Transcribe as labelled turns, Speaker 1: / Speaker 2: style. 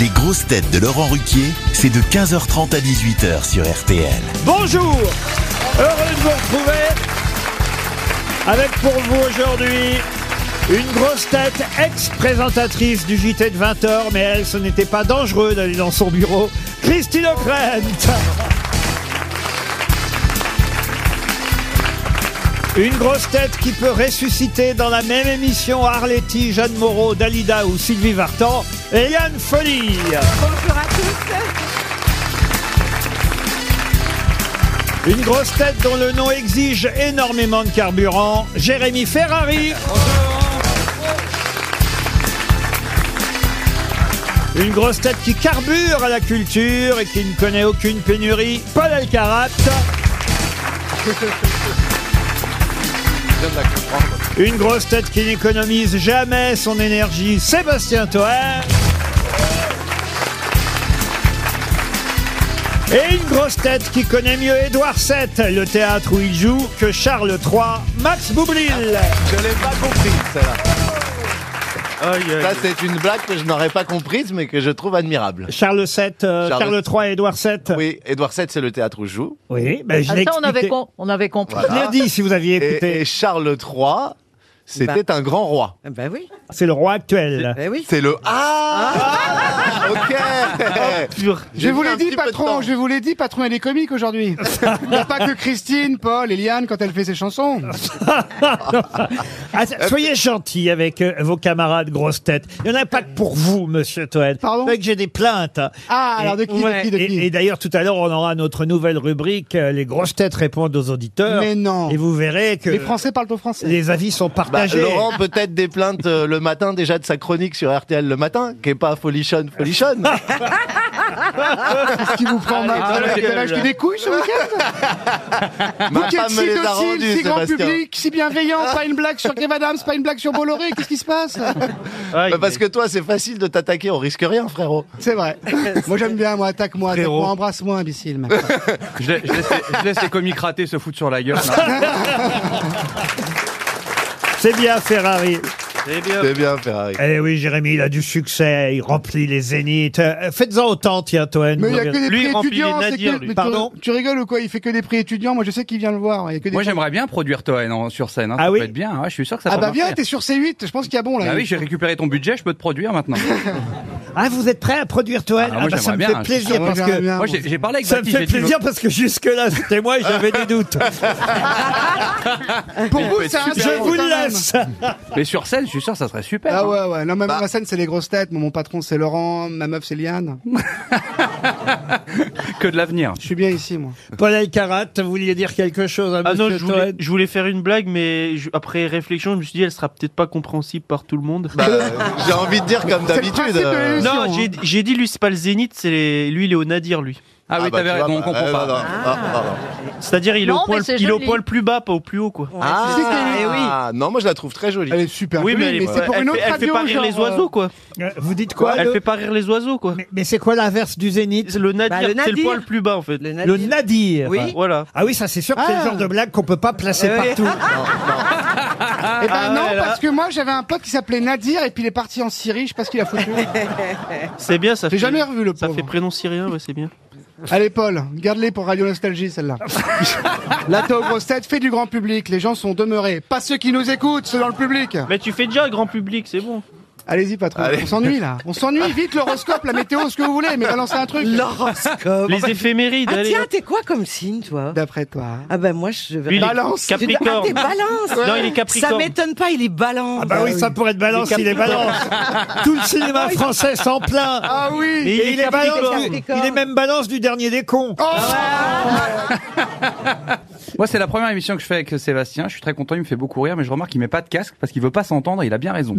Speaker 1: Les grosses têtes de Laurent Ruquier, c'est de 15h30 à 18h sur RTL.
Speaker 2: Bonjour Heureux de vous retrouver avec pour vous aujourd'hui une grosse tête ex-présentatrice du JT de 20h, mais elle, ce n'était pas dangereux d'aller dans son bureau, Christine O'Krent Une grosse tête qui peut ressusciter dans la même émission Arletty, Jeanne Moreau, Dalida ou Sylvie Vartan, Eliane Folie.
Speaker 3: Bonjour à tous.
Speaker 2: Une grosse tête dont le nom exige énormément de carburant, Jérémy Ferrari. Une grosse tête qui carbure à la culture et qui ne connaît aucune pénurie, Paul Alcarat. Une grosse tête qui n'économise jamais son énergie, Sébastien Toer. Et une grosse tête qui connaît mieux Édouard VII, le théâtre où il joue, que Charles III, Max Boublil.
Speaker 4: Je l'ai pas comprise, celle-là. Ça, c'est une blague que je n'aurais pas comprise, mais que je trouve admirable.
Speaker 2: Charles VII, euh, Charles
Speaker 4: Charles-
Speaker 2: III et Édouard VII.
Speaker 4: Oui, Édouard VII, c'est le théâtre où je joue.
Speaker 2: Oui, ben, je l'ai
Speaker 5: Ah, ça, on avait,
Speaker 2: expliqué.
Speaker 5: com- on avait compris.
Speaker 2: Je l'ai dit si vous aviez écouté.
Speaker 4: Et, et Charles III, c'était
Speaker 6: Bah.
Speaker 4: un grand roi.
Speaker 7: Ben oui,
Speaker 2: C'est le roi actuel.
Speaker 6: eh
Speaker 7: ben oui.
Speaker 4: C'est le... Ah, Ok
Speaker 6: Oh, Je vous l'ai dit, patron,
Speaker 4: patron.
Speaker 6: je vous l'ai dit, patron, elle est comique aujourd'hui. Il n'y a pas que Christine, Paul et Liane quand elle fait ses chansons.
Speaker 2: Ah,
Speaker 6: Euh,
Speaker 2: soyez gentil avec euh, vos camarades grosses têtes. Il n'y en a pas que pour vous, monsieur Toen.
Speaker 6: Pardon
Speaker 2: C'est vrai que j'ai des plaintes. hein.
Speaker 6: Ah, alors de qui, de
Speaker 7: Ouais,
Speaker 6: qui, de qui
Speaker 2: Et, et d'ailleurs, tout à l'heure, on aura notre nouvelle rubrique euh, Les grosses têtes répondent aux auditeurs.
Speaker 6: Mais non.
Speaker 2: Et vous verrez que
Speaker 6: Les Français parlent au français.
Speaker 2: les avis sont
Speaker 4: Bah,
Speaker 2: partagés.
Speaker 4: Laurent, peut-être des plaintes euh, le matin déjà de sa chronique sur RTL le matin, qui est pas folichonne, folichonne.
Speaker 6: Ah, Qu'est-ce qui vous prend mal Vous allez- vous allez acheter des couilles ce week-end Vous
Speaker 4: Ma
Speaker 6: qui êtes
Speaker 4: femme
Speaker 6: si
Speaker 4: me les a
Speaker 6: docile,
Speaker 4: rendues,
Speaker 6: si grand
Speaker 4: Sébastien.
Speaker 6: public, si bienveillant, pas une blague sur Kev Adams, pas une blague sur Bolloré, qu'est-ce qui se passe
Speaker 4: Bah, parce que toi, c'est facile de t'attaquer, on risque rien, frérot.
Speaker 6: C'est vrai. Moi j'aime bien, moi, attaque-moi, attaque-moi, embrasse-moi, imbécile. mec.
Speaker 8: Je, la- je laisse, les- je laisse les comiques ratés se foutre sur la gueule. hein. là.
Speaker 2: C'est bien, Ferrari.
Speaker 4: C'est bien, Ferrari.
Speaker 2: Eh oui, Jérémy, il a du succès, il remplit les zéniths. Euh, Faites-en autant, tiens, Toen.
Speaker 6: Mais il n'y a
Speaker 2: Vous
Speaker 6: que des
Speaker 2: verrez.
Speaker 8: Lui, il
Speaker 6: prix
Speaker 8: remplit les
Speaker 6: étudiants. c'est
Speaker 8: nadirs,
Speaker 6: que-
Speaker 8: lui.
Speaker 6: mais tu-
Speaker 2: Pardon
Speaker 6: Tu rigoles ou quoi Il fait que des prix étudiants, moi je sais qu'il vient le voir. il y a que des
Speaker 8: Moi,
Speaker 6: prix-
Speaker 8: j'aimerais bien produire Toen en- sur scène. hein,
Speaker 2: Ah
Speaker 8: ça
Speaker 2: oui
Speaker 8: peut être bien. ouais, je suis sûr que ça
Speaker 6: Ah
Speaker 8: peut
Speaker 6: bah viens,
Speaker 8: marcher.
Speaker 6: t'es sur C8, je pense qu'il y a bon là.
Speaker 8: Bah oui, j'ai récupéré ton budget, je peux te produire maintenant.
Speaker 2: Ah, vous êtes prêt à produire, Toen
Speaker 8: Ah, moi,
Speaker 2: bah, Ça me
Speaker 8: j'aimerais
Speaker 2: fait
Speaker 8: bien.
Speaker 2: plaisir
Speaker 6: Ah,
Speaker 2: parce
Speaker 6: j'aimerais
Speaker 2: que
Speaker 6: bien.
Speaker 8: Moi, j'ai j'ai parlé avec
Speaker 2: Ça me
Speaker 8: Baptiste,
Speaker 2: fait
Speaker 8: j'ai dit,
Speaker 2: plaisir parce que jusque-là, c'était moi et j'avais des doutes.
Speaker 6: Pour vous, c'est un
Speaker 2: Je vous
Speaker 6: quand même.
Speaker 2: laisse.
Speaker 8: Mais sur scène, je suis sûr que ça serait super.
Speaker 6: Ah
Speaker 8: hein.
Speaker 6: ouais, ouais. Non,
Speaker 9: Bah.
Speaker 6: ma, ma scène, c'est les grosses têtes. Mon, mon patron, c'est Laurent. Ma meuf, c'est Liane.
Speaker 8: Que de l'avenir.
Speaker 6: Je suis bien ici, moi.
Speaker 2: Paul Alcarat, vous vouliez dire quelque chose à
Speaker 9: Ah non,
Speaker 2: monsieur
Speaker 9: je voulais,
Speaker 2: Toen
Speaker 9: je voulais faire une blague, mais je- après réflexion, je me suis dit, elle sera peut-être pas compréhensible par tout le monde.
Speaker 4: Bah, j'ai envie de dire comme
Speaker 6: C'est le principe
Speaker 4: d'habitude.
Speaker 6: de
Speaker 4: euh,
Speaker 6: l'émission, hein.
Speaker 9: non, j'ai- j'ai dit, lui, c'est pas le zénith, c'est les- lui, il est au nadir, lui.
Speaker 8: Ah oui,
Speaker 4: bah,
Speaker 8: t'avais
Speaker 4: tu vois,
Speaker 8: raison, on
Speaker 4: bah,
Speaker 8: comprend
Speaker 4: euh,
Speaker 8: pas. Ah.
Speaker 4: non, non, non, non, non.
Speaker 9: C'est-à-dire, il est,
Speaker 5: Non,
Speaker 9: au,
Speaker 5: mais
Speaker 9: poil,
Speaker 5: c'est
Speaker 9: il est au
Speaker 5: joli.
Speaker 9: poil plus bas, pas au plus haut, quoi.
Speaker 4: Ah, non, moi je la trouve très jolie.
Speaker 6: Elle est super
Speaker 9: oui,
Speaker 6: jolie,
Speaker 9: mais elle, est pas-
Speaker 6: c'est pour
Speaker 9: elle
Speaker 6: une autre
Speaker 9: fait, elle fait
Speaker 6: radio,
Speaker 9: pas rire
Speaker 6: genre,
Speaker 9: les oiseaux, quoi.
Speaker 2: Euh, Vous dites quoi,
Speaker 9: elle
Speaker 2: le-
Speaker 9: fait pas rire les oiseaux, quoi.
Speaker 2: Mais, mais c'est quoi l'inverse du zénith
Speaker 9: Le nadir,
Speaker 7: Bah, le
Speaker 9: c'est le
Speaker 7: nadir.
Speaker 9: poil plus bas, en fait.
Speaker 2: Le
Speaker 7: Le nadir.
Speaker 2: nadir.
Speaker 7: Oui.
Speaker 9: Voilà.
Speaker 2: Ah oui, ça c'est sûr que c'est le
Speaker 6: Ah.
Speaker 2: genre de blague qu'on peut pas placer
Speaker 7: Oui.
Speaker 2: partout.
Speaker 6: euh, Eh ben
Speaker 9: Ah
Speaker 6: non,
Speaker 9: ouais, là.
Speaker 6: parce que moi, j'avais un pote qui s'appelait Nadir et puis il est parti en Syrie. Je sais pas ce qu'il a foutu.
Speaker 9: C'est bien, ça
Speaker 6: J'ai
Speaker 9: fait.
Speaker 6: jamais revu le
Speaker 9: Ça fait
Speaker 6: pauvre.
Speaker 9: prénom syrien, ouais, c'est bien.
Speaker 6: Allez, Paul, garde-les pour Radio Nostalgie, celle-là. La t'es aux grosses têtes, fais du grand public. Les gens sont demeurés. Pas ceux qui nous écoutent, ceux dans le public.
Speaker 9: Mais tu fais déjà grand public, c'est bon.
Speaker 6: Allez-y, patron.
Speaker 4: Allez.
Speaker 6: On s'ennuie, là. On s'ennuie. Vite, l'horoscope, la météo, ce que vous voulez. Mais balancez un truc.
Speaker 7: L'horoscope.
Speaker 9: Les éphémérides,
Speaker 7: Ah
Speaker 9: allez.
Speaker 7: tiens,
Speaker 9: hop.
Speaker 7: t'es quoi comme signe, toi
Speaker 6: D'après toi.
Speaker 7: Ah ben moi, je
Speaker 9: Lui,
Speaker 7: vais...
Speaker 9: il est
Speaker 6: Balance.
Speaker 7: Ah, t'es
Speaker 9: Capricorne.
Speaker 7: balance
Speaker 9: Non, il est
Speaker 7: Ça
Speaker 9: Capricorne.
Speaker 7: m'étonne pas, il est balance
Speaker 2: Ah bah oui, ça pourrait être balance, il est balance. Tout le cinéma français s'en plaint.
Speaker 6: Ah oui.
Speaker 2: Et
Speaker 9: Et il
Speaker 2: il,
Speaker 9: est
Speaker 2: est balance
Speaker 9: Capricorne.
Speaker 2: du- il est même balance du dernier des cons.
Speaker 8: Moi, c'est la première émission que je fais avec Sébastien. Je suis très content, il me fait beaucoup rire, mais je remarque qu'il met pas de casque parce qu'il veut pas s'entendre. et Il a bien raison.